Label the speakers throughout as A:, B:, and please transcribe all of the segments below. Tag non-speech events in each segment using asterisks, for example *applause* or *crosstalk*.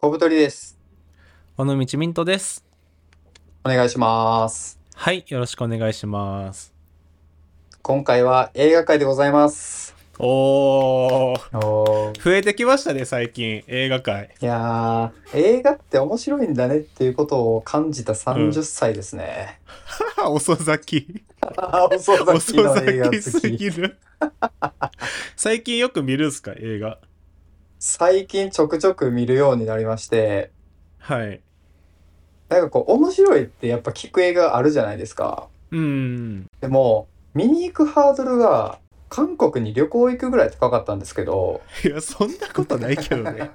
A: 小太りです。
B: 尾道ミントです。
A: お願いします。
B: はい、よろしくお願いします。
A: 今回は映画界でございます。
B: おー、
A: お
B: 増えてきましたね、最近、映画界。 *laughs*
A: いやー、映画って面白いんだねっていうことを感じた30歳ですね。
B: 遅咲き。
A: あー遅咲き
B: 遅
A: の映画
B: 咲きす
A: 好き。
B: ぎ *laughs* る。最近よく見るんすか、映画。
A: 最近ちょくちょく見るようになりまして、
B: はい。
A: なんかこう、面白いってやっぱ聞く映画あるじゃないですか。
B: うーん。
A: でも、見に行くハードルが、韓国に旅行行くぐらい高かったんですけど、
B: いや、そんなことないけど *laughs* ね。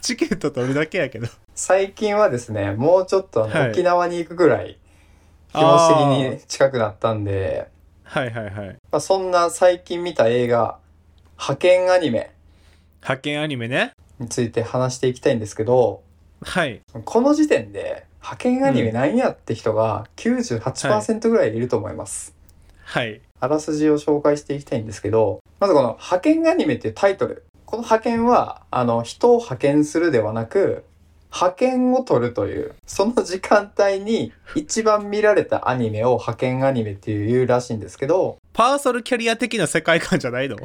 B: チケット取るだけやけど。
A: 最近はですね、もうちょっとあの
B: はい
A: 沖縄に行くぐらい、気持ち的に近くなったんで、
B: はいはいはい。
A: まあ、そんな最近見た映画、派遣アニメ
B: 派遣アニメね。
A: について話していきたいんですけど、
B: はい。
A: この時点で、派遣アニメなんやって人が98%ぐらいいると思います。
B: はい。
A: あらすじを紹介していきたいんですけど、まずこの派遣アニメっていうタイトル。この派遣は、あの、人を派遣するではなく、派遣を取るという、その時間帯に一番見られたアニメを派遣アニメっていうらしいんですけど、
B: パーソルキャリア的な世界観じゃないの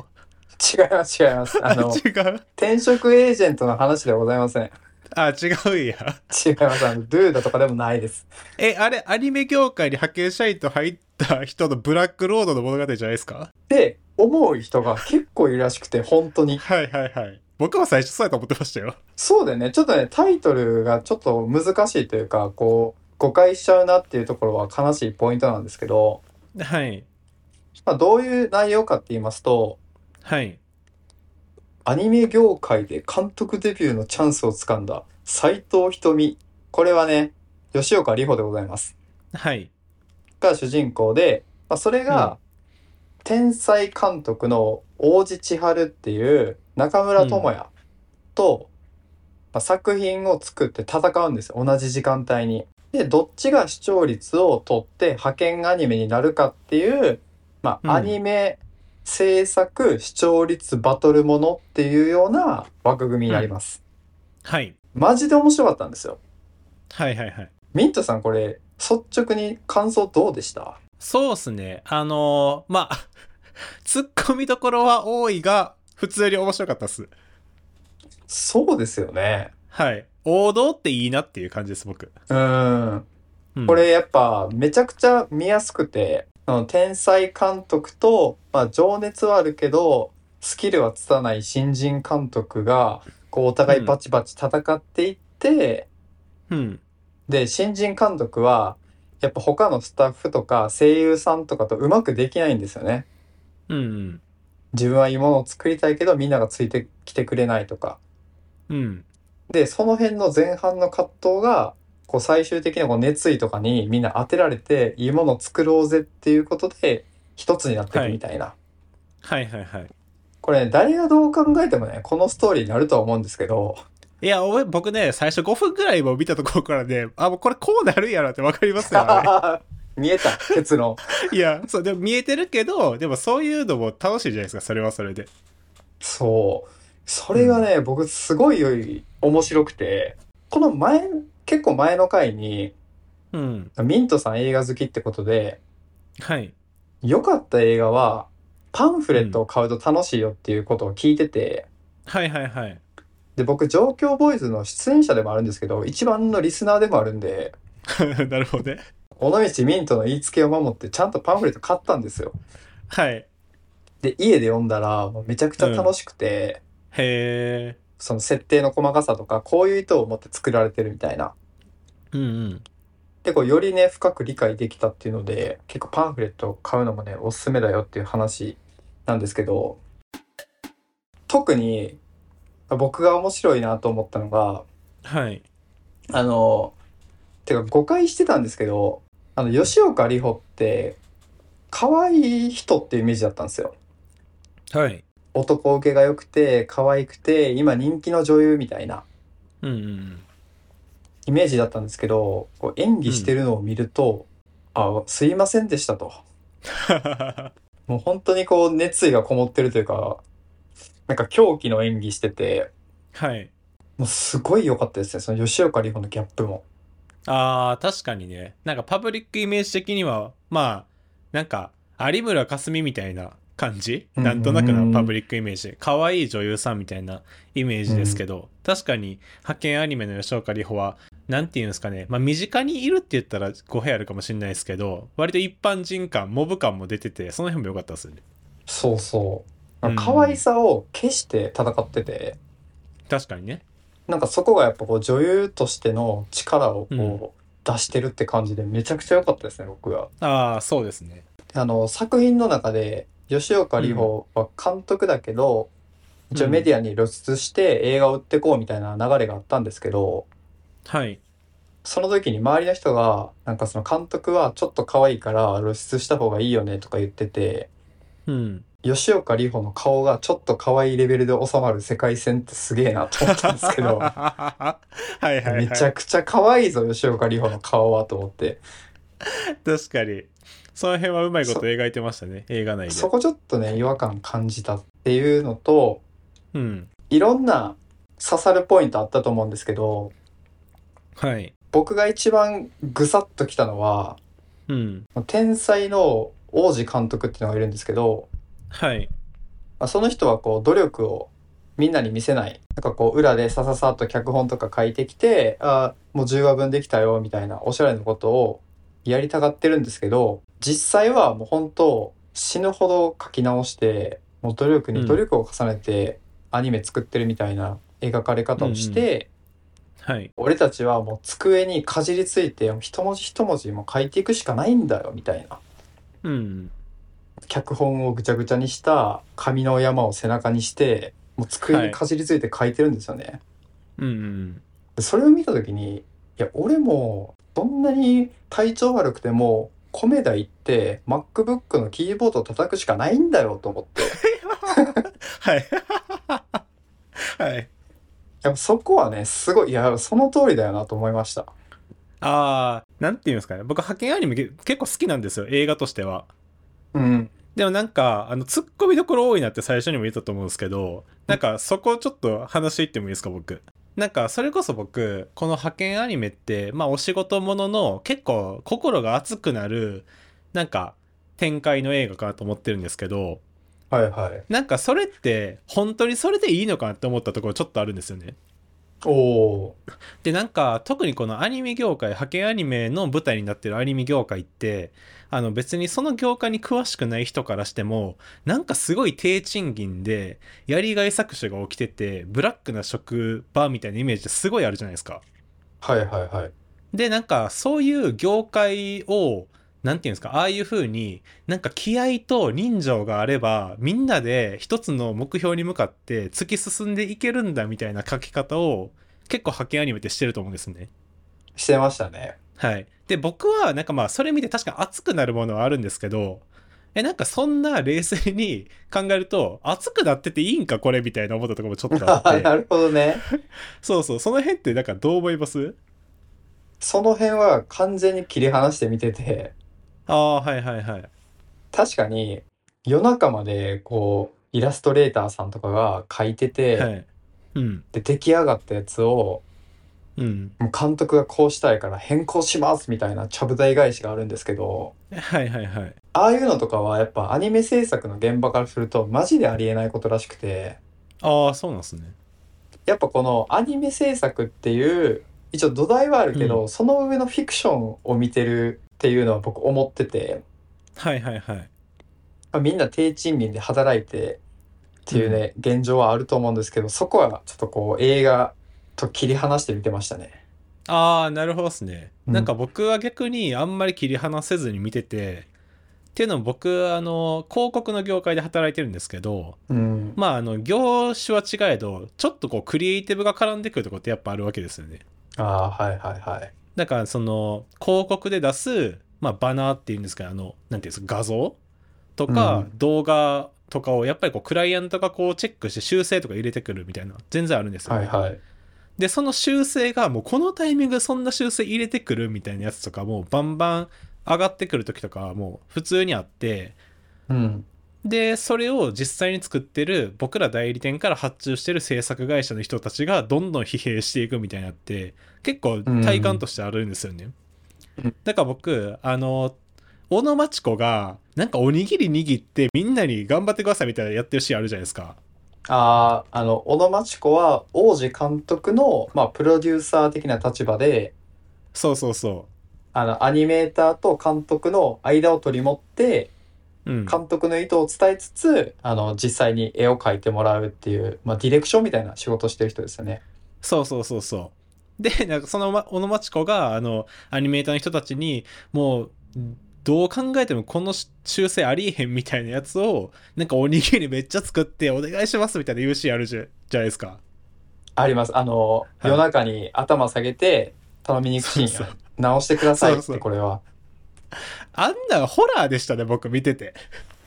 A: 違います違います。あの、
B: *laughs* 違う。
A: 転職エージェントの話ではございません。
B: あ、違うんや。
A: 違います。あの、ドゥーだとかでもないです。
B: え、あれ、アニメ業界に派遣社員と入った人のブラックロードの物語じゃないですか
A: で、思う人が結構いるらしくて、本当に。
B: はいはいはい。僕も最初そうやと思ってましたよ。
A: そうだよね。ちょっとね、タイトルがちょっと難しいというか、こう、誤解しちゃうなっていうところは悲しいポイントなんですけど、
B: はい。
A: まあ、どういう内容かって言いますと、
B: はい。
A: アニメ業界で監督デビューのチャンスをつかんだ斎藤瞳。これはね、吉岡里帆でございます。
B: はい。
A: が主人公で、まあ、それが、天才監督の王子千春っていう中村智也と、まあ、作品を作って戦うんですよ同じ時間帯に。でどっちが視聴率を取って派遣アニメになるかっていう、ま
B: うん
A: あ、アニメ制作視聴率バトルものっていうような枠組みになります。
B: はい。
A: マジで面白かったんですよ。
B: はいはいはい。
A: ミントさんこれ率直に感想どうでした
B: そうっすね。あのー、まあ、ツッコミどころは多いが、普通に面白かったっす。
A: そうですよね。
B: はい。王道っていいなっていう感じです、僕。
A: うん。
B: うん
A: こ。れやっぱめちゃくちゃ見やすくて、あの天才監督と、まあ、情熱はあるけど、スキルは拙い新人監督が、こうお互いバチバチ戦っていって、
B: うん。
A: で、新人監督は、やっぱ他のスタッフとか声優さんとかとうまくできないんですよね。
B: うんうん。
A: 自分はいいものを作りたいけどみんながついてきてくれないとか。
B: うん。
A: で、その辺の前半の葛藤が、こう最終的なこう熱意とかにみんな当てられて、いいものを作ろうぜっていうことで、一つになっていくみたいな。
B: はいはいはい。
A: これね、誰がどう考えてもね、このストーリーになるとは思うんですけど、
B: いや、お僕ね、最初5分ぐらいも見たところからね、あ、もうこれこうなるんやなってわかりますよ、あれ
A: 見えた、結論。
B: いや、 *laughs* そう、でも見えてるけど、でもそういうのも楽しいじゃないですか、それはそれで。
A: そう。それがね、僕すごい面白くて、この前、結構前の回に、
B: うん。
A: ミントさん映画好きってことで、
B: はい。
A: 良かった映画は、パンフレットを買うと楽しいよっていうことを聞いてて、
B: はいはいはい。
A: で、僕、上京ボーイズの出演者でもあるんですけど、一番のリスナーでもあるんで、
B: *laughs* なるほどね。
A: 尾道ミントの言いつけを守って、ちゃんとパンフレット買ったんですよ。
B: はい。へ
A: で、家で読んだら、もうめちゃくちゃ楽しくて、
B: え。
A: その設定の細かさとか、こういう意図を持って作られてるみたいな。
B: うんうん。
A: で、こう、よりね、深く理解できたっていうので、結構パンフレットを買うのもね、おすすめだよっていう話なんですけど、特に、僕が面白いなと思ったのが、
B: はい。
A: あの、てか誤解してたんですけど、あの、吉岡里帆って、可愛い人っていうイメージだったんですよ。
B: はい。
A: 男受けが良くて、可愛くて、今人気の女優みたいな
B: うん *laughs* うん。
A: イメージだったんですけど、こう演技してるのを見ると、あ、すいませんでしたと。もう本当にこう熱意がこもってるというか、なんか狂気の演技してて、
B: はい。
A: もうすごい良かったですね。その吉岡里帆のギャップも。
B: あー、確かにね。なんかパブリックイメージ的には、まあ、なんか、有村架純みたいな感じ
A: うん
B: なんとなくのパブリックイメージ。可愛い女優さんみたいなイメージですけど、確かに、派遣アニメの吉岡里帆は、なんていうんですかね、まあ、身近にいるって言ったら語弊あるかもしれないですけど、割と一般人感、モブ感も出てて、その辺も良かったですよね。
A: そうそう
B: うん。
A: 可愛さを消して戦ってて、
B: 確かにね。
A: なんかそこがやっぱこう女優としての力をこう出してるって感じでめちゃくちゃ良かったですね、僕は。
B: ああ、そうですね。
A: あの、作品の中で吉岡里帆は監督だけど、一応メディアに露出して映画を売ってこうみたいな流れがあったんですけど、
B: はい。
A: その時に周りの人が、なんかその監督はちょっと可愛いから露出した方がいいよねとか言ってて、
B: うん。
A: 吉岡里帆の顔がちょっと可愛いレベルで収まる世界線ってすげえなと思ったんですけど、
B: *laughs* はいはいはい。
A: めちゃくちゃ可愛いぞ、吉岡里帆の顔はと思って。
B: 確かにその辺はうまいこと描いてましたね映画内で
A: そこちょっとね、違和感感じたっていうのと、
B: うん
A: いろんな刺さるポイントあったと思うんですけど、
B: はい
A: 僕が一番ぐさっときたのは、
B: うん
A: 天才の王子監督っていうのがいるんですけど、
B: はい
A: まあ、その人はこう努力をみんなに見せない。なんかこう裏でさささっと脚本とか書いてきて、あーもう10話分できたよみたいなおしゃれなことをやりたがってるんですけど、実際はもう本当死ぬほど書き直して、もう努力
B: うん
A: に努力を重ねてアニメ作ってるみたいな描かれ方をして、
B: はい
A: 俺たちはもう机にかじりついて一文字一文字もう書いていくしかないんだよみたいな。
B: うん
A: 脚本をぐちゃぐちゃにした紙の山を背中にしてもう机にかじりついて書いてるんですよね、
B: うんうん
A: でそれを見た時にいや俺もどんなに体調悪くても米田行って MacBook のキーボードを叩くしかないんだよと思って
B: はい *laughs* はい
A: やっぱそこはねすごいいやその通りだよなと思いました
B: あーなんていうんですかね僕派遣アニメけ結構好きなんですよ映画としては
A: うん
B: でもなんかあのツッコミどころ多いなって最初にも言ったと思うんですけどなんかそこちょっと話していってもいいですか僕なんかそれこそ僕この派遣アニメってまあお仕事ものの結構心が熱くなるなんか展開の映画かなと思ってるんですけど
A: はいはい
B: なんかそれって本当にそれでいいのかなって思ったところちょっとあるんですよね
A: おお
B: でなんか特にこのアニメ業界派遣アニメの舞台になってるアニメ業界ってあの別にその業界に詳しくない人からしてもなんかすごい低賃金でやりがい搾取が起きててブラックな職場みたいなイメージってすごいあるじゃないですか。
A: はいはいはい
B: でなんかそういう業界をなんていうんですかああいう風になんか気合と人情があればみんなで一つの目標に向かって突き進んでいけるんだみたいな書き方を結構派遣アニメってしてると思うんですね。
A: してましたね
B: はい。で、僕は、なんかまあ、それ見て確かに熱くなるものはあるんですけど、え、なんかそんな冷静に考えると、熱くなってていいんか、これみたいな思ったところもちょっとあっ
A: *laughs* な
B: て、
A: るほどね
B: *laughs* そうそう、その辺って、なんかどう思います
A: その辺は完全に切り離して見てて
B: ああ、はいはいはい。
A: 確かに夜中までこうイラストレーターさんとかが書いてて、
B: はい。うん。
A: で出来上がったやつを
B: うん。
A: もう監督がこうしたいから変更しますみたいなちゃぶ台返しがあるんですけど
B: はいはいはい。
A: ああいうのとかはやっぱアニメ制作の現場からするとマジでありえないことらしくて
B: ああ、そうなんですね。
A: やっぱこのアニメ制作っていう一応土台はあるけど、
B: う
A: その上のフィクションを見てるっていうのは僕思ってて
B: はいはいはい。
A: まあみんな低賃金で働いてっていうね、現状はあると思うんですけどそこはちょっとこう映画と切り離して見てましたね。
B: ああ、なるほどですね。
A: うん
B: なんか僕は逆にあんまり切り離せずに見てて、っていうのも僕、あの、広告の業界で働いてるんですけど、
A: うん、
B: まあ、あの業種は違えどちょっとこうクリエイティブが絡んでくるとこってやっぱあるわけですよね
A: ああーはいはいはい。
B: だからその広告で出す、まあ、バナーっていうんですけどあのなんていうんですか画像とか
A: う
B: 動画とかをやっぱりこうクライアントがこうチェックして修正とか入れてくるみたいな全然あるんですよ、
A: はいはい。
B: でその修正がもうこのタイミングでそんな修正入れてくるみたいなやつとかもうバンバン上がってくる時とかはもう普通にあって
A: うん、
B: でそれを実際に作ってる僕ら代理店から発注してる制作会社の人たちがどんどん疲弊していくみたいになって結構体感としてあるんですよね、
A: うん
B: だから僕あの小野真知子がなんかおにぎり握ってみんなに頑張ってくださいみたいなやってるシーンあるじゃないですか
A: ああ、あの、小野町子は王子監督の、まあ、プロデューサー的な立場で、
B: そうそうそ
A: あの、アニメーターと監督の間を取り持って、
B: ううん
A: 監督の意図を伝えつつ、あの、実際に絵を描いてもらうっていう、まあ、ディレクションみたいな仕事してる人ですよね。そう
B: そうそうそうそう。で、なんかそのま小野町子が、あの、アニメーターの人たちに、もう、どう考えてもこのし修正ありえへんみたいなやつを、なんかおにぎりめっちゃ作ってお願いしますみたいな UC あるじゃじゃないですか。
A: あります。あの、
B: い
A: 夜中に頭下げて、頼みに行くシーン
B: そうそう
A: 直してくださいっ
B: そうそ
A: て、
B: う
A: これは。
B: あんなんホラーでしたね、僕見てて。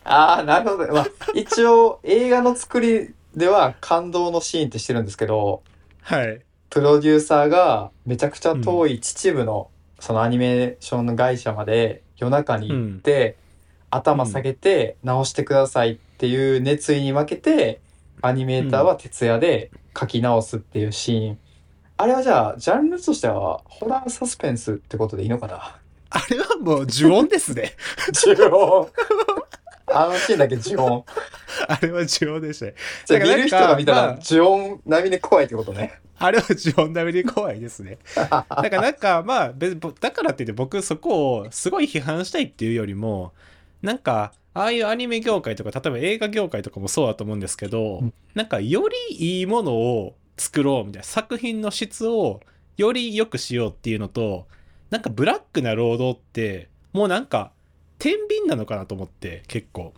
A: ああ、なるほど。まあ、一応、映画の作りでは感動のシーンってしてるんですけど、
B: はい。
A: プロデューサーがめちゃくちゃ遠い秩父のそのアニメーションの会社まで夜中に行って頭下げて直してくださいっていう熱意に負けてアニメーターは徹夜で書き直すっていうシーンあれはじゃあジャンルとしてはホラーサスペンスってことでいいのかな
B: あれはもう呪音ですね。
A: 呪音あのシーンだけ呪 *laughs* 音
B: あれは呪音でしたね。
A: じゃあ見る人が見た
B: なん
A: ら
B: か
A: 呪音並みで怖いってことね
B: あれは呪音並みに怖いですね。だからなんかまあ別にぼだからって言って僕そこをすごい批判したいっていうよりもなんかああいうアニメ業界とか例えば映画業界とかもそうだと思うんですけど
A: うん
B: なんかよりいいものを作ろうみたいな作品の質をより良くしようっていうのとなんかブラックな労働ってもうなんか天秤なのかなと思って結構。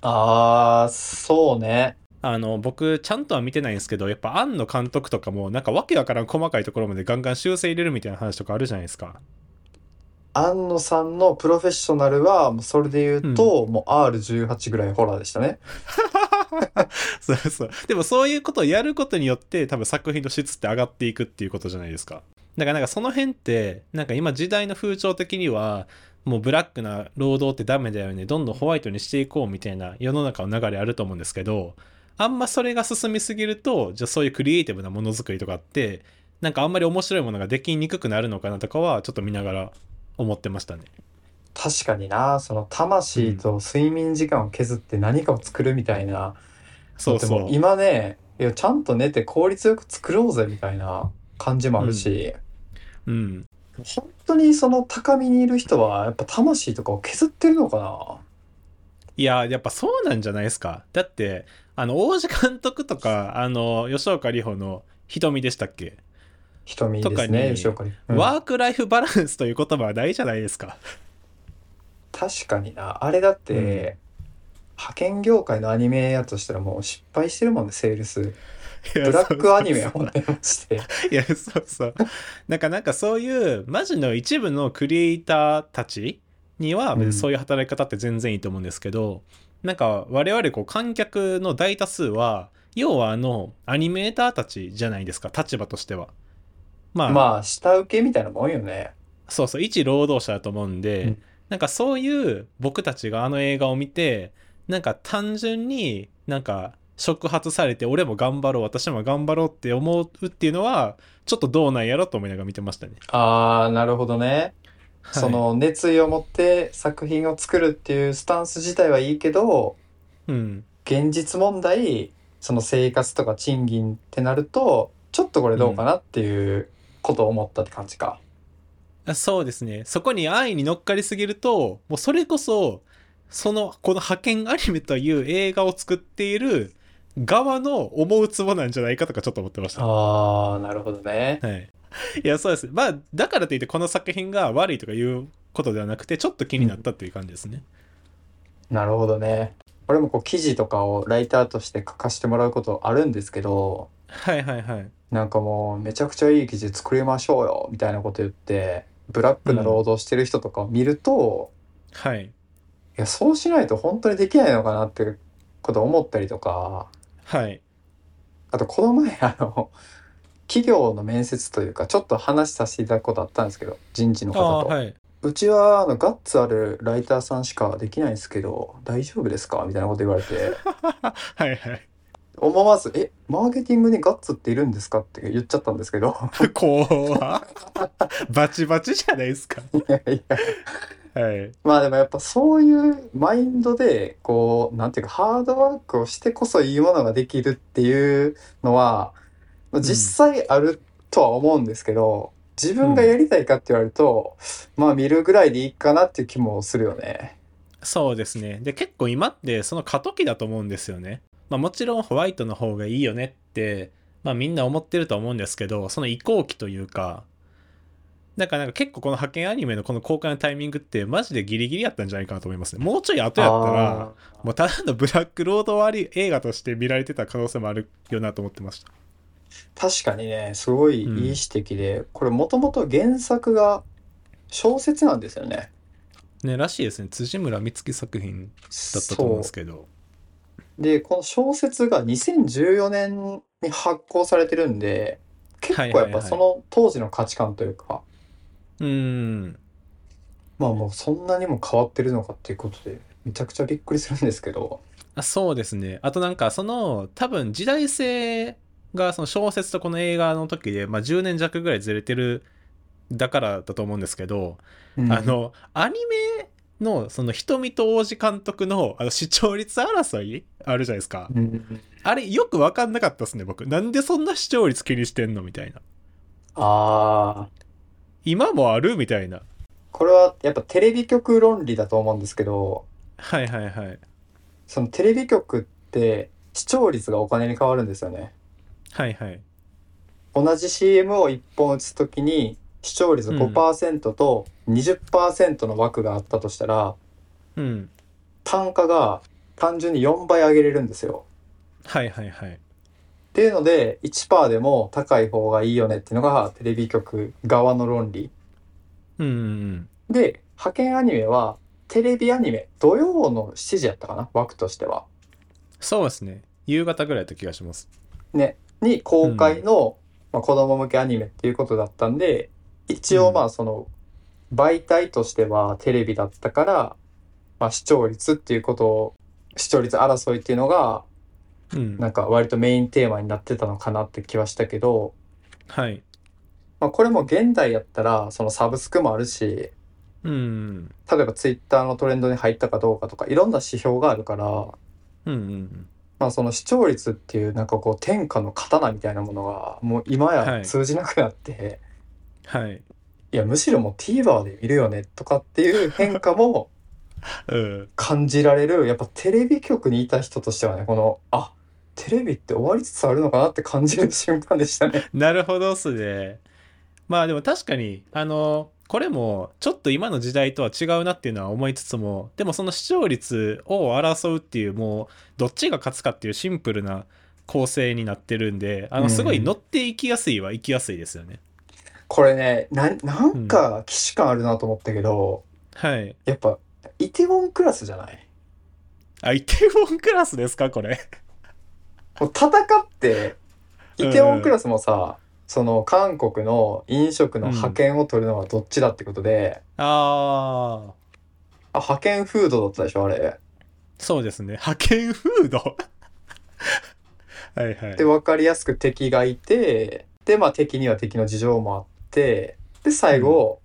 A: ああそうね
B: あの僕ちゃんとは見てないんですけどやっぱ庵野監督とかもなんかわけわからん細かいところまでガンガン修正入れるみたいな話とかあるじゃないですか
A: 安野さんのプロフェッショナルは、もうそれで言うと、もう R18 ぐらいホラーでしたね。
B: *laughs* そうそうでもそういうことをやることによって多分作品の質って上がっていくっていうことじゃないですかだからなんかその辺ってなんか今時代の風潮的にはもうブラックな労働ってダメだよねどんどんホワイトにしていこうみたいな世の中の流れあると思うんですけどあんまそれが進みすぎるとじゃあそういうクリエイティブなものづくりとかってなんかあんまり面白いものができにくくなるのかなとかはちょっと見ながら思ってましたね
A: 確かにな、その魂と睡眠時間を削って何かを作るみたいな。
B: そう
A: で
B: そ
A: も
B: う
A: 今ね、いや、ちゃんと寝て効率よく作ろうぜみたいな感じもあるし、
B: うん
A: 本当にその高みにいる人は、やっぱ魂とかを削ってるのかない
B: ややっぱそうなんじゃないですかだってあの王子監督とかあの吉岡里帆の「瞳」でしたっけ、
A: 瞳で
B: とか
A: すね、
B: に
A: 吉岡里帆うん
B: ワーク・ライフ・バランスという言葉はないじゃないですか
A: 確かにな、あれだって、
B: うん
A: 派遣業界のアニメやとしたらもう失敗してるもんね、セールス。
B: いや
A: ブラックアニメ
B: そう
A: を
B: そう
A: ね *laughs* まして。
B: そういやそうそうなんかなんかそういうマジの一部のクリエイターたちには別にそういう働き方って全然いいと思うんですけど、なんか我々こう観客の大多数は要はあのアニメーターたちじゃないですか立場としてはまあ、
A: まあ、下請けみたいなもんよね。
B: そうそう一労働者だと思うんで、
A: うん
B: なんかそういう僕たちがあの映画を見てなんか単純になんか触発されて俺も頑張ろう私も頑張ろうって思うっていうのはちょっとどうなんやろと思いながら見てましたね。
A: ああ、なるほどね。
B: はい
A: その熱意を持って作品を作るっていうスタンス自体はいいけど、
B: うん、
A: 現実問題、その生活とか賃金ってなると、ちょっとこれどうかなっていうことを思ったって感じか。
B: あそうですねそこに安易に乗っかりすぎるともうそれこそそのこの派遣アニメという映画を作っている側の思うツボなんじゃないかとかちょっと思ってました。
A: ああ、なるほどね。
B: はい、いやそうですまあだからといってこの作品が悪いとかいうことではなくてちょっと気になったっていう感じですね、
A: なるほどね。俺もこう記事とかをライターとして書かせてもらうことあるんですけど、
B: はいはいはい
A: なんかもうめちゃくちゃいい記事作りましょうよみたいなこと言ってブラックな労働してる人とかを見ると、
B: はい
A: いやそうしないと本当にできないのかなってこと思ったりとか
B: はい
A: あとこの前あの企業の面接というかちょっと話させていただくことあったんですけど人事の
B: あ
A: 方
B: あ
A: と、
B: はい
A: うちはあのガッツあるライターさんしかできないんですけど大丈夫ですかみたいなこと言われて
B: *laughs* はいはい。
A: 思わず「えマーケティングにガッツっているんですか?」って言っちゃったんですけど *laughs*
B: 怖 *laughs* バチバチじゃないですか。
A: いやいや
B: はい。
A: まあでもやっぱそういうマインドでこうなんていうかハードワークをしてこそいいものができるっていうのはまあ実際あるとは思うんですけど、自分がやりたいかって言われると、まあ見るぐらいでいいかなっていう気もするよね。
B: そうですね。で、結構今ってその過渡期だと思うんですよね。まあもちろんホワイトの方がいいよねって、まあみんな思ってると思うんですけど、その移行期というか、だからなんか結構この派遣アニメのこの公開のタイミングってマジでギリギリやったんじゃないかなと思いますね。もうちょい後やったら、
A: あー
B: もうただの *laughs* ブラックロードワリ映画として見られてた可能性もあるよなと思ってました。
A: 確かにねすごいいい
B: うん
A: 指摘で、これもともと原作が小説なんですよね。
B: ね、らしいですね。辻村美月作品だったと思うんですけど。
A: でこの小説が2014年に発行されてるんで結構や
B: は
A: っ
B: いはいは
A: ぱ
B: い
A: その当時の価値観というか、
B: うーん。
A: まあもうそんなにも変わってるのかっていうことでめちゃくちゃびっくりするんですけど
B: あそうですねあとなんかその多分時代性がその小説とこの映画の時で、まあ、10年弱ぐらいずれてるだからだと思うんですけど、
A: うん
B: あのアニメのその瞳と王子監督のあの視聴率争いあるじゃないですか
A: うん
B: あれよく分かんなかったっすね僕なんでそんな視聴率気にしてんのみたいな
A: あー
B: 今もあるみたいな
A: これはやっぱテレビ局論理だと思うんですけど
B: はいはいはい
A: そのテレビ局って視聴率がお金に変わるんですよね。
B: はいはい
A: 同じ CM を1本打つときに視聴率5%と20%の枠があったとしたら、
B: うん
A: 単価が単純に4倍上げれるんですよ。
B: はいはいはい
A: っていうので1%でも高い方がいいよねっていうのがテレビ局側の論理。
B: うんうん
A: で派遣アニメはテレビアニメ土曜の7時やったかな枠としては。
B: そうですね夕方ぐらいだった気がします
A: ね。に公開の、まあ、子供向けアニメっていうことだったんで一応まあその媒体としてはテレビだったから、まあ、視聴率っていうことを視聴率争いっていうのが
B: うん
A: なんか割とメインテーマになってたのかなって気はしたけど、
B: はい
A: まあ、これも現代やったらそのサブスクもあるし
B: うん
A: 例えばツイッターのトレンドに入ったかどうかとかいろんな指標があるから、
B: うんうん
A: まあ、その視聴率っていうなんかこう天下の刀みたいなものがもう今
B: は
A: や
B: い
A: 通じなくなって、い、
B: はい
A: やむしろもう TVer で見るよねとかっていう変化も
B: うん
A: 感じられるやっぱテレビ局にいた人としてはねこのあテレビって終わりつつあるのかなって感じる瞬間でしたね。
B: なるほどっすねまあでも確かにあのこれもちょっと今の時代とは違うなっていうのは思いつつもでもその視聴率を争うっていうもうどっちが勝つかっていうシンプルな構成になってるんであ
A: う
B: の
A: ん
B: すごい乗っていきやすいは行きやすいですよね、
A: これねなんなんか既視感あるなと思ったけど、
B: はい
A: やっぱイテウォンクラスじゃない
B: あイテウォンクラスですかこれ
A: もう戦って
B: うん
A: イテウォンクラスもさ、その韓国の飲食の派遣を取るのはどっちだってことで、
B: ああ
A: あ派遣フードだったでしょあれ。
B: そうですね派遣フードはいはい
A: で分かりやすく敵がいてでまあ敵には敵の事情もあってで最後、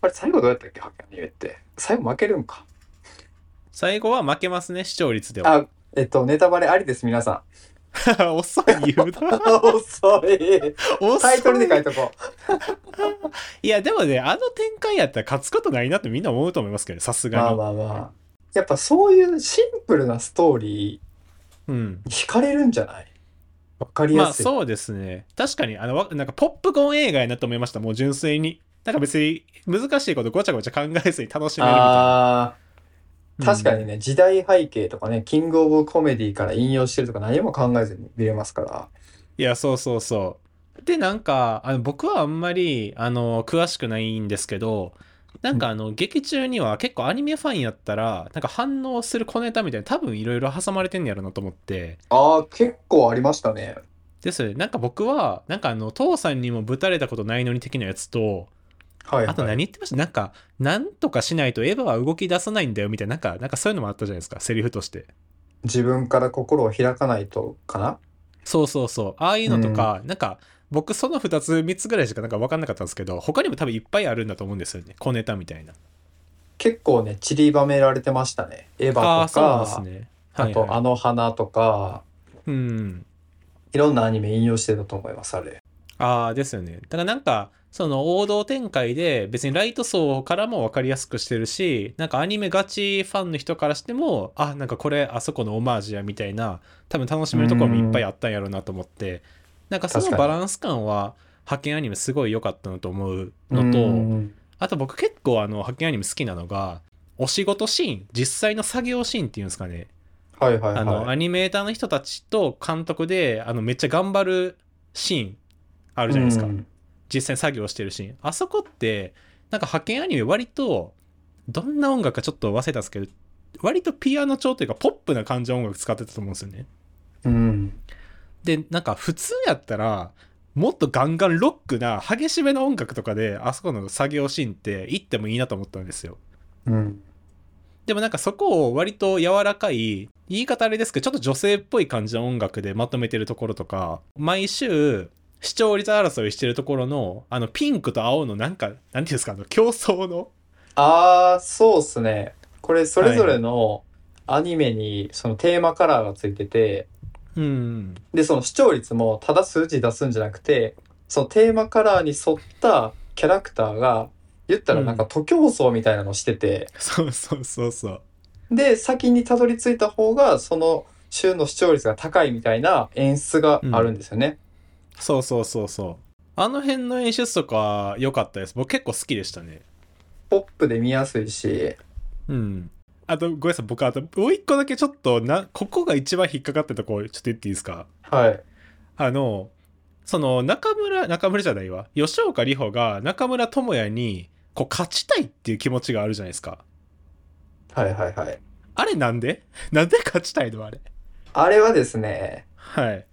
A: あれ最後どうやったっけ派遣アニメって最後負けるんか
B: 最後は負けますね視聴率では
A: あえっとネタバレありです皆さ
B: *laughs* 遅い言うなん
A: *laughs* 遅い
B: 遅い
A: *laughs* タイトルで書いとこう
B: いやでもねあの展開やったら勝つことないなってみんな思うと思いますけどさすがに、
A: まあまあまあやっぱそういうシンプルなストーリー
B: うん
A: 惹かれるんじゃないわかり
B: まあ
A: やすい。
B: そうですね確かにあのわなんかポップコーン映画やなと思いましたもう純粋になんか別に難しいことごちゃごちゃ考えずに楽しめるみたいな
A: あ
B: う
A: ー
B: ん
A: 確かにね、時代背景とかね、キングオブコメディから引用してるとか何も考えずに見れますから。
B: いやそうそうそうでなんかあの僕はあんまりあの詳しくないんですけどなんかあの劇中には結構アニメファンやったらなんか反応する小ネタみたいな多分いろいろ挟まれてんねやろなと思って
A: ああ、結構ありましたね。
B: ですよねなんか僕はなんかあの父さんにもぶたれたことないのに的なやつと
A: はい、はい。
B: あと何言ってましたなんか、なんとかしないとエヴァは動き出さないんだよみたいな、なんか、なんかそういうのもあったじゃないですか、セリフとして。
A: 自分から心を開かないとかな
B: そうそうそう。ああいうのとか、なんか、僕その2つ3つぐらいしかなんか分かんなかったんですけど、他にも多分いっぱいあるんだと思うんですよね。小ネタみたいな。
A: 結構ね、散りばめられてましたね。エヴ
B: ああ
A: ァ
B: ー、
A: と
B: そうな
A: か、
B: んですね。
A: あ
B: はい、
A: と、
B: は
A: あの花とか、
B: い。うん。
A: いろんなアニメ引用してたと思います、あれ。
B: ああですよね。だからなんかその王道展開で別にライト層からも分かりやすくしてるしなんかアニメガチファンの人からしてもあなんかこれあそこのオマージュやみたいな多分楽しめるところもいっぱいあったんやろうなと思ってなんかその
A: 確か
B: バ
A: に
B: ランス感は派遣アニメすごい良かったなと思うのと、
A: うん
B: あと僕結構あの派遣アニメ好きなのがお仕事シーン実際の作業シーンっていうんですかね
A: はいはい
B: あの、
A: は
B: アニメーターの人たちと監督で、あの、めっちゃ頑張るシーンあ
A: い。
B: るじゃないですか。
A: うん
B: 実際に作業してるシーン。あそこって、なんか派遣アニメ割と、どんな音楽かちょっと忘れたんですけど、割とピアノ調というかポップな感じの音楽使ってたと思うんですよね。
A: うん。
B: で、なんか普通やったら、もっとガンガンロックな激しめの音楽とかで、あそこの作業シーンって行ってもいいなと思ったんですよ。
A: うん。
B: でもなんかそこを割と柔らかい言い方あれですけどちょっと女性っぽい感じの音楽でまとめてるところとか毎週視聴率争いしてるところのあのピンクと青のなんかなんていうんですかあの競争の
A: ああ、そうっすね。これ、それぞれのアニメに、そのテーマカラーがついてて、
B: うん
A: で、その視聴率も、ただ数字出すんじゃなくて、そのテーマカラーに沿ったキャラクターが、言ったらなんか徒競走みたいなのしてて、
B: そうそうそうそう
A: で、先にたどり着いた方が、その週の視聴率が高いみたいな演出があるんですよね。
B: そうそうそうそうあの辺の演出とか良かったです僕結構好きでしたね
A: ポップで見やすいし、
B: うんあとごめんなさい僕あともう一個だけちょっとなここが一番引っかかってたとこちょっと言っていいですか
A: はい。
B: あの、その中村、中村じゃないわ。吉岡里帆が中村智也に、こう、勝ちたいっていう気持ちがあるじゃないですか。
A: はいはいはい。
B: あれなんで *laughs* なんで勝ちたいのあれ。
A: あれはですね、
B: はい。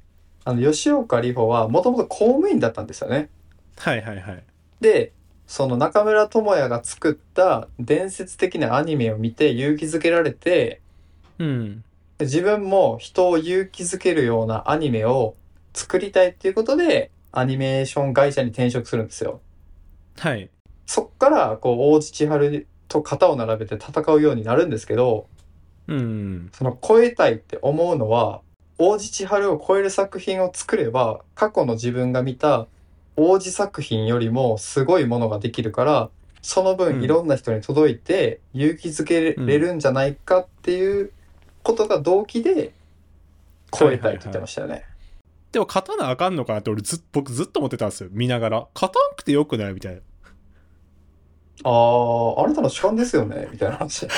A: あの、吉岡里帆はもともと公務員だったんですよね。
B: はいはいはい。
A: で、その中村智也が作った伝説的なアニメを見て勇気づけられて、
B: うん。
A: 自分も人を勇気づけるようなアニメを作りたいっていうことで、アニメーション会社に転職するんですよ。
B: はい。
A: そっから、こう、大地千春と肩を並べて戦うようになるんですけど、
B: うん。
A: その超えたいって思うのは、王子千春を超える作品を作れば、過去の自分が見た王子作品よりもすごいものができるから、その
B: う
A: 分
B: ん
A: いろんな人に届いて勇気づけれるんじゃないかっていうことが動機で超えたいって言ってましたよね。
B: でも、勝たなあかんのかなって、俺ずっ、僕ずっと思ってたんですよ。見ながら。勝たんくてよくないみたいな。い
A: ああ、あなたの主観ですよねみたいな話。
B: や、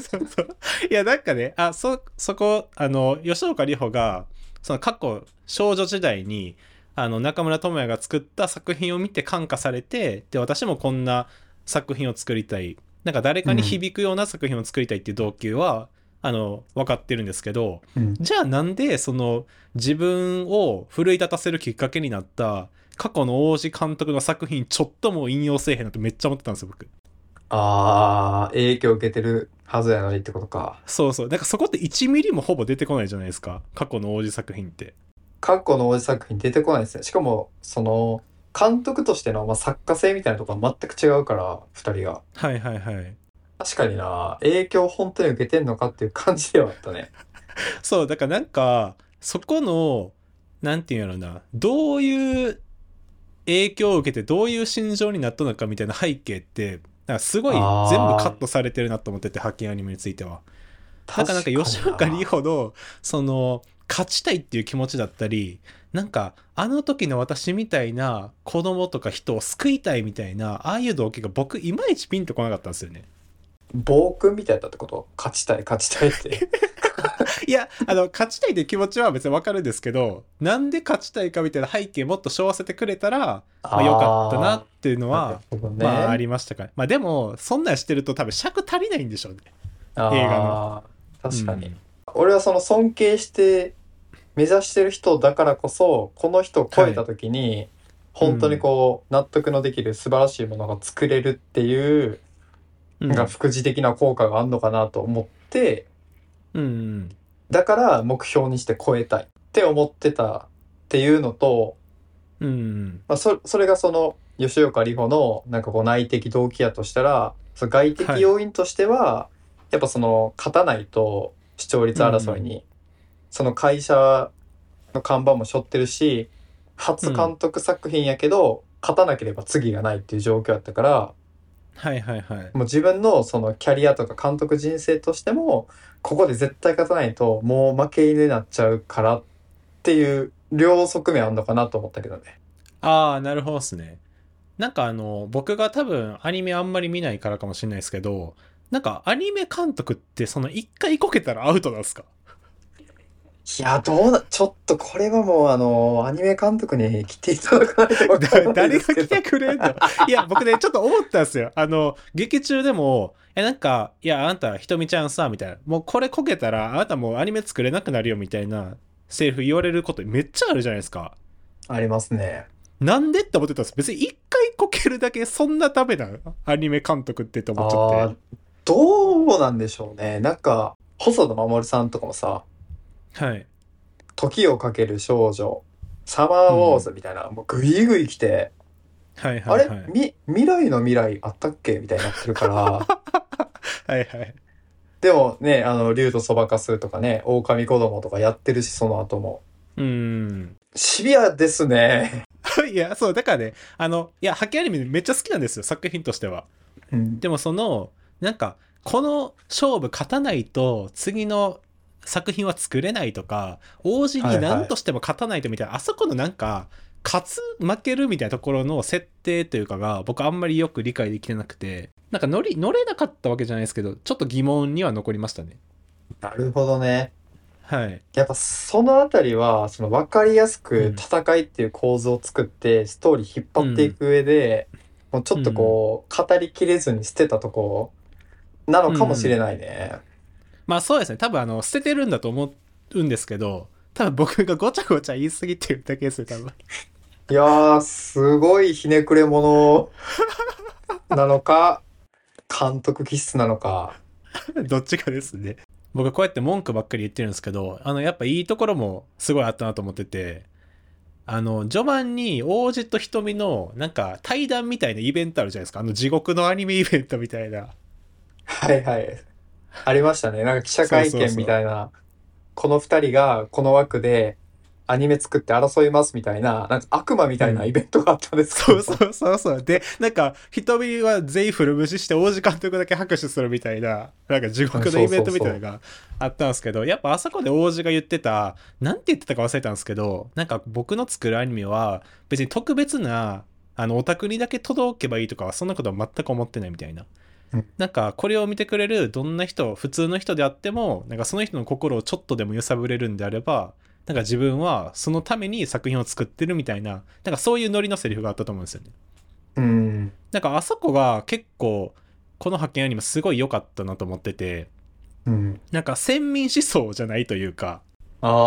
B: そうそう。いや、なんかね、あ、そ、そこ、あの、吉岡里帆が、その過去少女時代にあの中村倫也が作った作品を見て感化されてで私もこんな作品を作りたいなんか誰かに響くような作品を作りたいっていう動機は、あの分かってるんですけど
A: うん
B: じゃあなんでその自分を奮い立たせるきっかけになった過去の王子監督の作品ちょっとも引用せえへんなってめっちゃ思ってたんですよ僕
A: ああ、影響受けてるはずやのにってことか。
B: そうそうなんかそこって1ミリもほぼ出てこないじゃないですか過去の王子作品って
A: 過去の王子作品出てこないですね。しかも、その、監督としての、まあ、作家性みたいなところは全く違うから、二人が。
B: はいはいはい
A: 確かにな、影響本当に受けてんのかっていう感じではあったね。
B: そうだからなんかそこのなんていうんやろなどういう影響を受けてどういう心情になったのかみたいな背景ってなんかすごい全部
A: あー
B: カットされてるなと思ってて派遣アニメについては。 *laughs* な
A: 確
B: んかなんか吉岡里帆のその勝ちたいっていう気持ちだったりなんかあの時の私みたいな子供とか人を救いたいみたいなああいう動機が僕いまいちピンとこなかったんですよね。
A: 暴君みたいだったってこと勝ちたい、勝ちたいって。
B: いや、あの、勝ちたいという気持ちは別にわかるんですけど、なんで勝ちたいかみたいな背景もっと背負わせてくれたら、 *laughs* まあ、よかったなっていうの
A: あーなる
B: は、
A: ほどね。
B: まあ、ありましたから。まあ、でも、そんなんしてると多分尺足りないんでしょうね。
A: あー
B: 映画
A: 確かに。
B: うん
A: 俺はその尊敬して目指してる人だからこそこの人を超えた時に、本当にこう納得のできる素晴らしいものが作れるっていう、
B: うん
A: なんか副次的な効果があるのかなと思って
B: うん
A: だから目標にして超えたいって思ってたっていうのと、
B: うんうん
A: まあ、そそれがその吉岡里帆のなんかこう内的動機やとしたらその外的要因としては、やっぱその勝たないと視聴率争いに、その会社の看板も背負ってるし初監督作品やけど、勝たなければ次がないっていう状況やったから
B: はいはいはい
A: もう自分のそのキャリアとか監督人生としてもここで絶対勝たないともう負け犬になっちゃうからっていう両側面あんのかなと思ったけどね。
B: ああなるほどっすねなんかあの僕が多分アニメあんまり見ないからかもしれないですけどなんかアニメ監督ってその一回こけたらアウトなんすか
A: いや、どうだ、ちょっとこれはもうあの、アニメ監督に来ていただかないとわか
B: だ
A: んない
B: *laughs* 誰
A: で
B: が
A: すけ
B: 来
A: ど
B: て。くれんのいや僕ねちょっと思ったんですよあの劇中でも「えなんかいやあんたひとみちゃんさ」みたいな「もうこれこけたらあなたもうアニメ作れなくなるよ」みたいなセリフ言われることめっちゃあるじゃないですか
A: ありますね。
B: なんでって思ってたんです別に一回こけるだけそんなダメなのアニメ監督ってって思っちゃ
A: あ
B: っ
A: ーどうなんでしょうね。なんか、細田守さんとかもさ、
B: てはい
A: 時をかける少女、サマーウォーズみたいな、もうグイグイ来て、
B: はいはいはい
A: あれみ、未来の未来あったっけみたいになってるから、
B: *laughs* はいはい
A: でもね、あの、竜とそばかすとかね、狼子供とかやってるし、その後も。
B: うーん
A: シビアですね。
B: *laughs* いやそうだからねあのいやハケアニメめっちゃ好きなんですよ作品としては
A: うん
B: でもそのなんかこの勝負勝たないと次の作品は作れないとか王子
A: はいは
B: に
A: い
B: 何としても勝たないとみたいな、あそこのなんか勝つ負けるみたいなところの設定というかが僕あんまりよく理解できてなくてなんか乗り乗れなかったわけじゃないですけどちょっと疑問には残りましたね
A: なるほどね。
B: はい
A: やっぱそのあたりはその分かりやすく戦いっていう構図を作ってストーリー引っ張っていく上で、もうちょっとこう語りきれずに捨てたとこなのかもしれないね。
B: まあそうですね多分あの捨ててるんだと思うんですけど多分僕がごちゃごちゃ言い過ぎてるだけですよ多分 *laughs*
A: いやーすごいひねくれ者なのか監督気質なのか。
B: どっちかですね。僕こうやって文句ばっかり言ってるんですけど、あの、やっぱいいところもすごいあったなと思ってて、あの、序盤に王子と瞳のなんか対談みたいなイベントあるじゃないですか。あの地獄のアニメイベントみたいな。
A: はいはい。ありましたね。なんか記者会見みたいな。この二人がこの枠でアニメ作って争いますみたいな、なんか悪魔みたいなイベントがあったんですけ
B: そ
A: ど
B: うそうそうそう。で、なんか瞳は全員古無視して王子監督だけ拍手するみたいな、なんか地獄のイベントみたいなのがあったんですけど、やっぱあそこで王子が言ってた、なんて言ってたか忘れたんですけど、なんか僕の作るアニメは別に特別な、あの、オタクにだけ届けばいいとかは、そんなことは全く思ってないみたいな
A: うん。
B: なんかこれを見てくれるどんな人普通の人であってもなんかその人の心をちょっとでも揺さぶれるんであればなんか自分はそのために作品を作ってるみたいななんかそういうノリのセリフがあったと思うんですよね。
A: うん。
B: なんかあそこが結構この発見アニメすごい良かったなと思ってて
A: うん、
B: なんか先民思想じゃないというか、
A: あ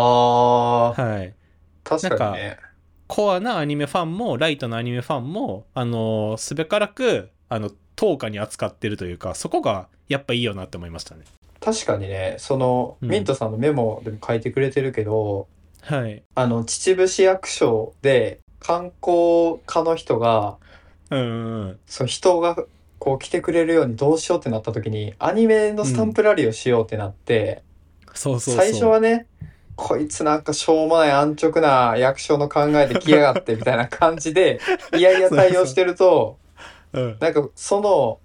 A: あ、
B: はい、
A: 確かにね。
B: コアなアニメファンもライトなアニメファンもあのーすべからくあの等価に扱ってるというかそこがやっぱいいよなって思いましたね。
A: 確かにね、その、
B: うん
A: ミントさんのメモでも書いてくれてるけど、
B: はい、
A: あの、秩父市役所で観光課の人が、
B: うんうんうん
A: そう、人がこう来てくれるようにどうしようってなった時に、アニメのスタンプラリーをしようってなって、
B: そうそうそう
A: 最初はね、こいつなんかしょうもない安直な役所の考えで来やがってみたいな感じ
B: *laughs*
A: で、いやいや対応してると、
B: うん
A: なんかその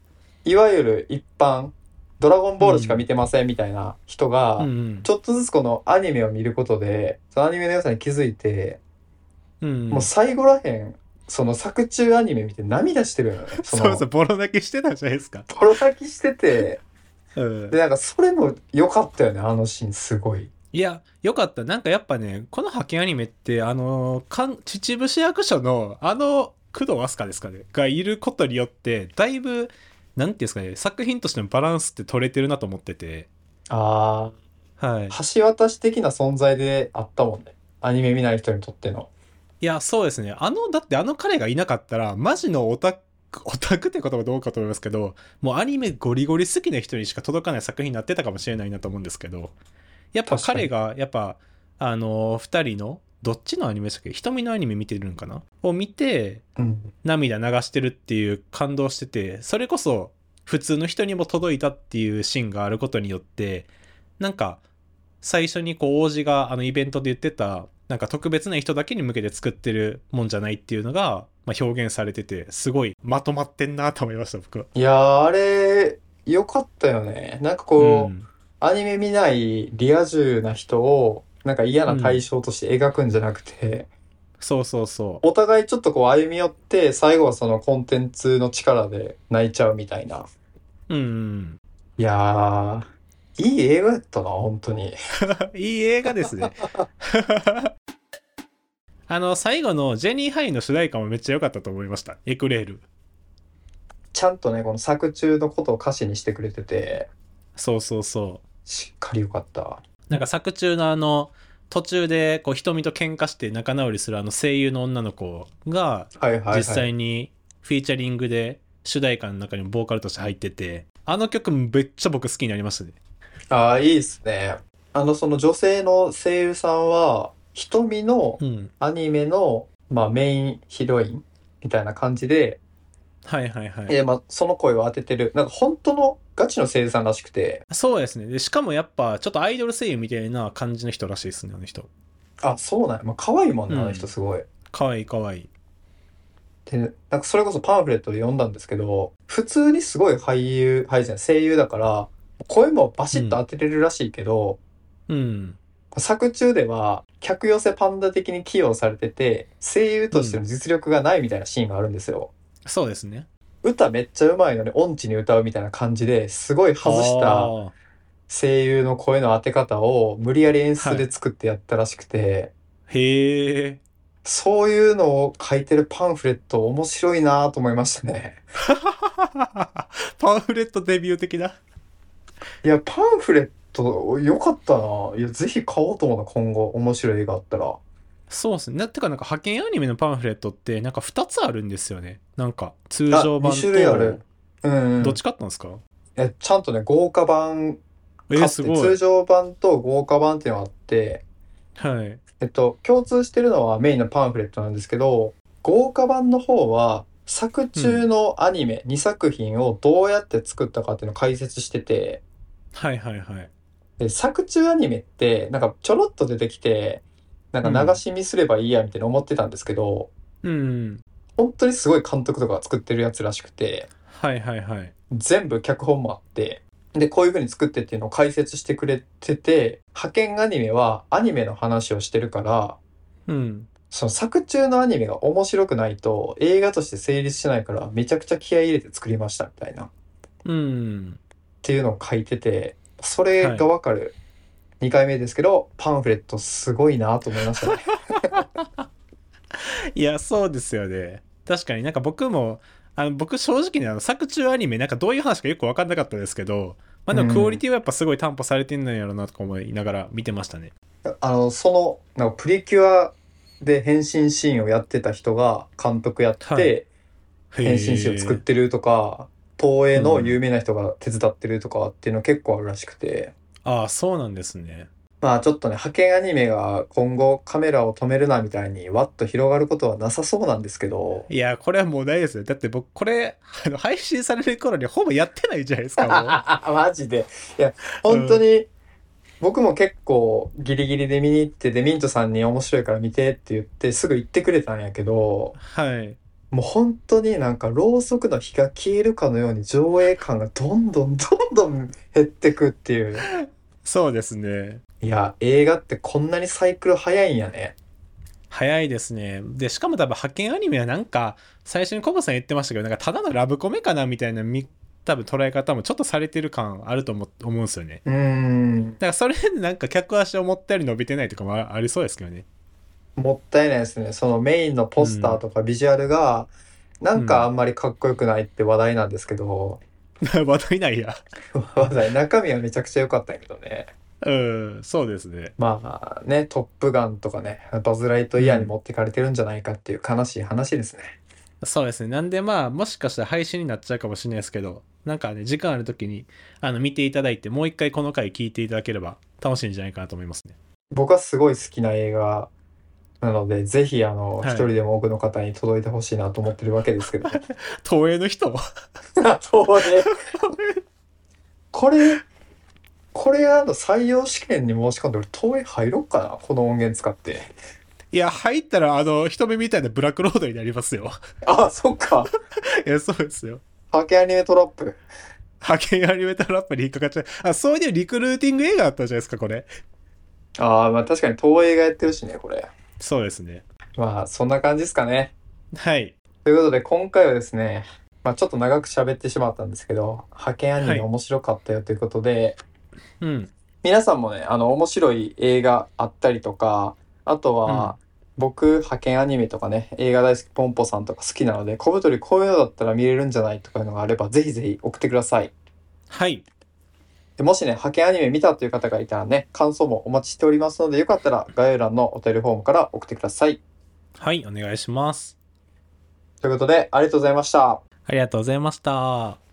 A: いわゆる一般「ドラゴンボール」しか見てませんみたいな人が、
B: うんうん
A: ちょっとずつこのアニメを見ることでそのアニメの良さに気づいて、
B: うん
A: もう最後らへんその作中アニメ見て涙して
B: *laughs*
A: るのよね。そ
B: そう
A: の
B: そうボロ泣きしてたじゃないですか。
A: ボロ泣きしてて
B: うん
A: でなんかそれも良かったよねあのシーンすごい。
B: いや、よかった。なんかやっぱね、この派遣アニメって、あの、かん秩父市役所の、あの、工藤飛鳥ですかね、がいることによって、だいぶ、なんていうんですかね、作品としてのバランスって取れてるなと思ってて、
A: あ
B: はい。
A: 橋渡し的な存在であったもんねアニメ見ない人にとっての。
B: いや、そうですね。あの、だってあの彼がいなかったら、マジのオタク、 *laughs* オタクって言葉どうかと思いますけど、もうアニメゴリゴリ好きな人にしか届かない作品になってたかもしれないなと思うんですけど、やっぱ
A: 確かに
B: 彼が、やっぱ、あの、二人の、どっちのアニメでしたっけ瞳のアニメ見てるんかなを見て、
A: うん、
B: 涙流してるっていう感動しててそれこそ普通の人にも届いたっていうシーンがあることによってなんか最初にこう王子があのイベントで言ってたなんか特別な人だけに向けて作ってるもんじゃないっていうのが、まあ、表現されててすごいまとまってんなと思いました僕は。
A: いやーあれ良かったよねなんかこう、
B: うん
A: アニメ見ないリア充な人をなんか嫌な対象として描くんじゃなくて、
B: そうそうそう
A: お互いちょっとこう歩み寄って最後はそのコンテンツの力で泣いちゃうみたいな。
B: うんうん *laughs*
A: いやーいい映画やったな本当に。
B: いい映画ですね。 *laughs* あの最後のジェニーハイの主題歌もめっちゃ良かったと思いました。エクレール。
A: ちゃんとねこの作中のことを歌詞にしてくれてて
B: そうそうそう。
A: しっかり良かった。
B: なんか作中のあの途中でこう瞳と喧嘩して仲直りするあの声優の女の子が
A: はいはいはい。
B: 実際にフィーチャリングで主題歌の中にもボーカルとして入っててあの曲めっちゃ僕好きになりましたね
A: ああいいですね。あのその女性の声優さんは瞳の
B: うん
A: アニメの、まあ、メインヒロインみたいな感じで
B: はいはいはい
A: えーまあ、その声を当ててるなんか本当のガチの声優さんらしくて
B: そうですねでしかもやっぱちょっとアイドル声優みたいな感じの人らしいですねあの人
A: あそうなんや、まあ、可愛いもんね
B: うん
A: あの人すごい。
B: かわいいかわいい
A: でなんかそれこそパンフレットで読んだんですけど普通にすごい俳優俳優じゃない声優だから声もバシッと当てれるらしいけど、
B: うん
A: 作中では客寄せパンダ的に起用されてて声優としての実力がないみたいなシーンがあるんですよ。
B: そうですね
A: 歌めっちゃうまいのに音痴に歌うみたいな感じですごい外した
B: あー
A: 声優の声の当て方を無理やり演出で作ってやったらしくて、
B: へえ
A: そういうのを書いてるパンフレット面白いなと思いましたね。
B: *laughs*
A: *laughs*
B: パンフレットデビュー的ない
A: や、パンフレット良かったな。いや、ぜひ買おうと思うな、今後。面白い映画あったら。
B: そうですね。なてかなんか派遣アニメのパンフレットってなんか2つあるんですよね。なんか通常版
A: あ二種類ある
B: と
A: うん、うん。
B: どっち買ったんですか、
A: えちゃんとね、豪華版
B: え
A: 買
B: ー、
A: っ
B: す
A: て、
B: ご
A: 通
B: い。
A: 常版と豪華版っていうのがあって、
B: はい。
A: えっと、共通してるのはメインのパンフレットなんですけど、豪華版の方は、作中のアニメ2作品をどうやって作ったかっていうのを解説してて、
B: はいはいはい。
A: で作中アニメってなんかちょろっと出てきてなんか流し見すればいいやみたいな思ってたんですけど、
B: うん。
A: 本当にすごい監督とかが作ってるやつらしくて
B: はいはいはい。
A: 全部脚本もあってでこういう風に作ってっていうのを解説してくれてて派遣アニメはアニメの話をしてるから
B: うん。
A: その作中のアニメが面白くないと映画として成立しないからめちゃくちゃ気合い入れて作りましたみたいなっ
B: うん。
A: ていうのを書いててそれがわかる2回目ですけどパンフレットすごいなと思いましたね。
B: いや、そうですよね。確かになんか僕も、あの僕正直にあの作中アニメなんかどういう話かよく分かんなかったですけど、まあでもクオリティはやっぱすごい担保されてんのやろうなとか思いながら見てましたね。
A: あの、その、なんかプリキュアで変身シーンをやってた人が監督やって、
B: はいへー
A: 変身シーンを作ってるとか、東映の有名な人が手伝ってるとかっていうの結構あるらしくて、
B: ああ、そうなんですね。
A: まあちょっとね、派遣アニメが今後カメラを止めるなみたいにわっと広がることはなさそうなんですけど、
B: いや、これはもうないですね。だって僕、これ、あの、配信される頃にほぼやってないじゃないですか、
A: *laughs*
B: もう。
A: マジで。いや、本当に、僕も結構ギリギリで見に行って、で、ミントさんに面白いから見てって言って、すぐ行ってくれたんやけど、
B: はい。
A: もう本当になんかろうそくの火が消えるかのように上映感がどんどんどんどん減ってくっていう。
B: そうですね。
A: いや、映画ってこんなにサイクル早いんやね。
B: 早いですね。で、しかも多分、派遣アニメはなんか、最初にコブさん言ってましたけど、なんか、ただのラブコメかなみたいな、み多分、捉え方もちょっとされてる感あると思思うんですよね。
A: うーん。
B: だから、それでなんか、客足を持ったより伸びてないとかもあありそうですけどね。 *laughs*
A: もったいないですね。そのメインのポスターとかビジュアルが、なんかあんまりかっこよくないって話題なんですけど、
B: 話題ないや。
A: 話題、中身はめちゃくちゃ良かったんやけどね。
B: うん、そうですね。
A: まあね、トップガンとかね、バズ・ライトイヤーに持ってかれてるんじゃないかっていう悲しい話ですね。
B: そうですね。なんでまあ、もしかしたら配信になっちゃうかもしれないですけど、なんかね、時間ある時に、あの、見ていただいて、もう一回この回聞いていただければ楽しいんじゃないかなと思いますね。
A: 僕はすごい好きな映画なので、ぜひあの、
B: はい
A: 一人でも多くの方に届いてほしいなと思ってるわけですけど。
B: 東映の人
A: *laughs* そうね。これ、これあの採用試験に申し込んで、俺東映入ろうかなこの音源使って。
B: いや、入ったら、あの、人目みたいなブラックロードになりますよ。
A: あ、そっか。
B: いや、そうですよ。
A: ハケアニメトラップ。
B: 派遣アニメタラップに引っかかっちゃう。あ、そういうリクルーティング映画だったじゃないですか、これ。
A: ああ、まあ確かに東映がやってるしね、これ。
B: そうですね。
A: まあそんな感じですかね。
B: はい。
A: ということで今回はですね、まあ、ちょっと長く喋ってしまったんですけど派遣アニ
B: は
A: メ
B: い
A: 面白かったよということで、
B: うん。
A: 皆さんもねあの面白い映画あったりとかあとは、僕派遣アニメとかね映画大好きポンポさんとか好きなので小太りこういうのだったら見れるんじゃないとかいうのがあればぜひぜひ送ってください
B: はい。
A: でもしね派遣アニメ見たという方がいたらね感想もお待ちしておりますのでよかったら概要欄のお便りフォームから送ってください
B: はい、お願いします。
A: ということでありがとうございました
B: ありがとうございました。